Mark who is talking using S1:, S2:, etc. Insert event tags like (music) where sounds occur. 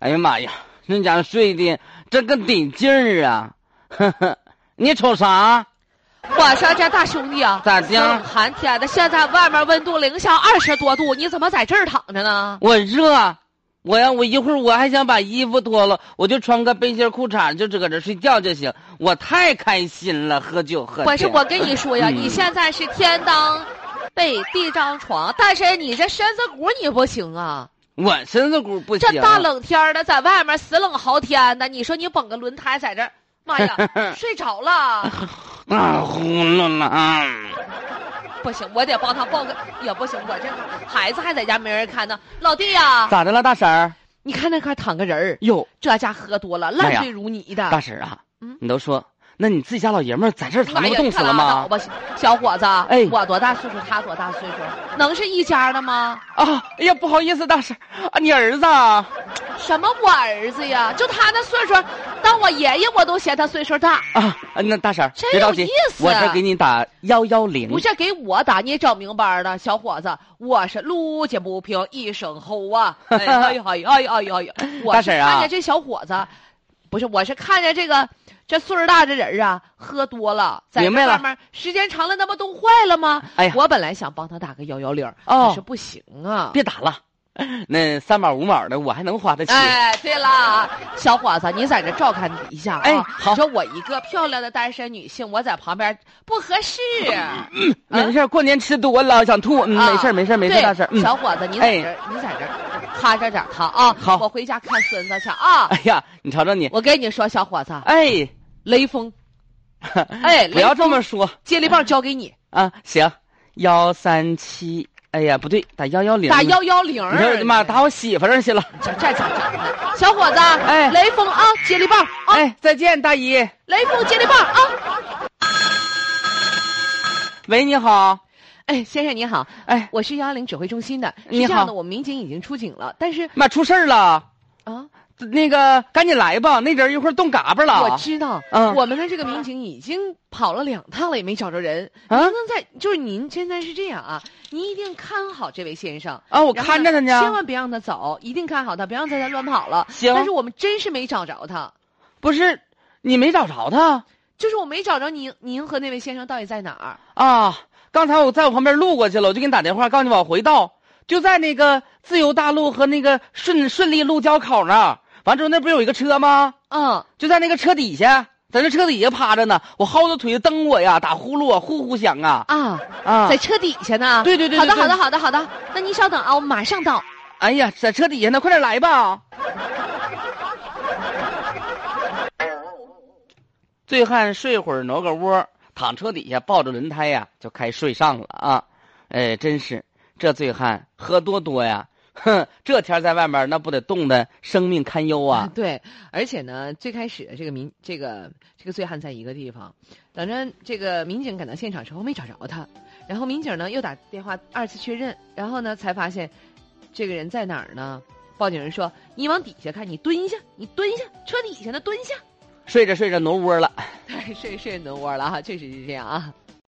S1: 哎呀妈呀，那家伙睡的这个得劲儿啊！呵呵，你瞅啥？
S2: 我说这大兄弟啊，
S1: 咋的
S2: (laughs) 嗯寒天的，现在外面温度零下二十多度，你怎么在这儿躺着呢？
S1: 我热，我呀，我一会儿我还想把衣服脱了，我就穿个背心裤衩就搁这睡觉就行。我太开心了，喝酒喝。
S2: 不是，我跟你说呀，
S1: 嗯
S2: 你现在是天当被，地当床，但是你这身子骨你不行啊！
S1: 我身子骨不行。
S2: 这大冷天儿的，在外面死冷嚎天的，你说你绷个轮胎在这儿，妈
S1: (laughs)
S2: 呀，睡着了，
S1: 啊，呼噜了啊！
S2: 嗯不行，我得帮他抱个，也不行，我这孩子还在家没人看呢。老弟呀、
S1: 咋的了，大婶儿？
S2: 你看那块躺个人儿，
S1: 哟，
S2: 这家喝多了，
S1: 妈
S2: 烂
S1: 呀
S2: 醉如泥的。
S1: 大婶儿啊，
S2: 嗯
S1: 你都说，那你自己家老爷们儿在这儿躺，
S2: 妈
S1: 那不
S2: 哎呀，
S1: 冻
S2: 你
S1: 死
S2: 可
S1: 了
S2: 拉倒
S1: 吗？
S2: 吧，小小伙子！
S1: 哎
S2: 我多大岁数，他多大岁数，能是一家的吗？
S1: 啊，哎呀，不好意思，大婶儿啊，你儿子啊，
S2: 什么我儿子呀？就他那岁数，当我爷爷我都嫌他岁数大。
S1: 啊，那大婶儿
S2: 真
S1: 别着
S2: 有
S1: 急
S2: 意，思
S1: 我这给你打幺幺零。
S2: 不是给我打，你整明白了，小伙子，我是路见不平一声
S1: (laughs)
S2: 吼啊！哎呀哎呀哎呀哎呀哎呀哎呀！我
S1: 大
S2: 是
S1: 婶儿啊
S2: 看见这小伙子，不是，我是看见这个这岁数大这人儿啊，喝多了，在
S1: 明白
S2: 这
S1: 了
S2: 上面时间长了，那不冻坏了吗？
S1: 哎呀
S2: 我本来想帮他打个幺幺零，
S1: 哦
S2: 可是不行啊。
S1: 别打了，那三毛五毛的我还能花得起。
S2: 哎，对啦，小伙子，你在这照看一下啊！
S1: 哎好
S2: 你说我一个漂亮的单身女性，我在旁边不合适。
S1: 没事儿，过年吃多了想吐，嗯
S2: 啊
S1: 没事儿没事儿没事儿，
S2: 对
S1: 大婶儿。嗯
S2: 小伙子，你在这儿，你在这儿，趴着点儿看啊！
S1: 好
S2: 我回家看孙子去啊！
S1: 哎呀，你瞅瞅你，
S2: 我跟你说，小伙子，
S1: 哎，
S2: 雷锋，哎，
S1: (laughs) 不要
S2: 雷锋
S1: 这么说
S2: 接力棒交给你，
S1: 啊！行，幺三七，哎呀，不对，打幺幺零，
S2: 打幺幺零。
S1: 哎你说我的妈，打我媳妇儿上去了。
S2: 这这这这，小伙子，
S1: 哎
S2: 雷锋啊，接力棒啊，
S1: 哎，再见，大姨。
S2: 雷锋接力棒啊！
S1: 喂，你好。
S2: 哎，先生您好，
S1: 哎，
S2: 我是幺幺零指挥中心的。是
S1: 你
S2: 这样
S1: 好
S2: 的，我们民警已经出警了，但是
S1: 妈，出事儿了，
S2: 啊，
S1: 那个赶紧来吧，那人一会儿冻嘎巴
S2: 我
S1: 了。
S2: 知道，
S1: 嗯
S2: 我们的这个民警已经跑了两趟了，也没找着人。
S1: 啊
S2: 您能在就是您现在是这样啊，您一定看好这位先生，
S1: 啊，我
S2: 我
S1: 看着他
S2: 千
S1: 呢。
S2: 万别让他走，一定看好他，别让他再乱跑了。
S1: 行
S2: 但是我们真是没找着他，
S1: 不是，你没找着他
S2: 就是我没找着您，您和那位先生到底在哪儿？
S1: 啊？刚才我在我旁边路过去了，我就给你打电话，告诉你往回倒，就在那个自由大路和那个顺顺利路交口那儿。完之后，那不是有一个车吗？
S2: 嗯，
S1: 就在那个车底下，在那车底下趴着呢。我薅着腿蹬我呀，打呼噜啊，呼呼响啊
S2: 啊，
S1: 啊
S2: 在！车底下呢。
S1: 对对对
S2: 好的，
S1: 对对
S2: 好的，好的，好的。那您稍等啊，我马上到。
S1: 哎呀，在车底下呢，快点来吧！醉汉睡会儿挪个窝，躺车底下抱着轮胎呀，就开睡上了啊！哎，真是这醉汉喝多多呀，哼，这天在外面那不得冻得生命堪忧啊！
S2: (laughs) 对，而且呢，最开始这个民这个这个醉汉在一个地方，等着这个民警赶到现场之后没找着他，然后民警呢又打电话二次确认，然后呢才发现这个人在哪儿呢？报警人说：“你往底下看，你蹲下，你蹲下， (laughs) 车底下呢，蹲下。
S1: 睡着睡着挪窝了。”
S2: 睡睡挪窝了哈，确实是这样啊。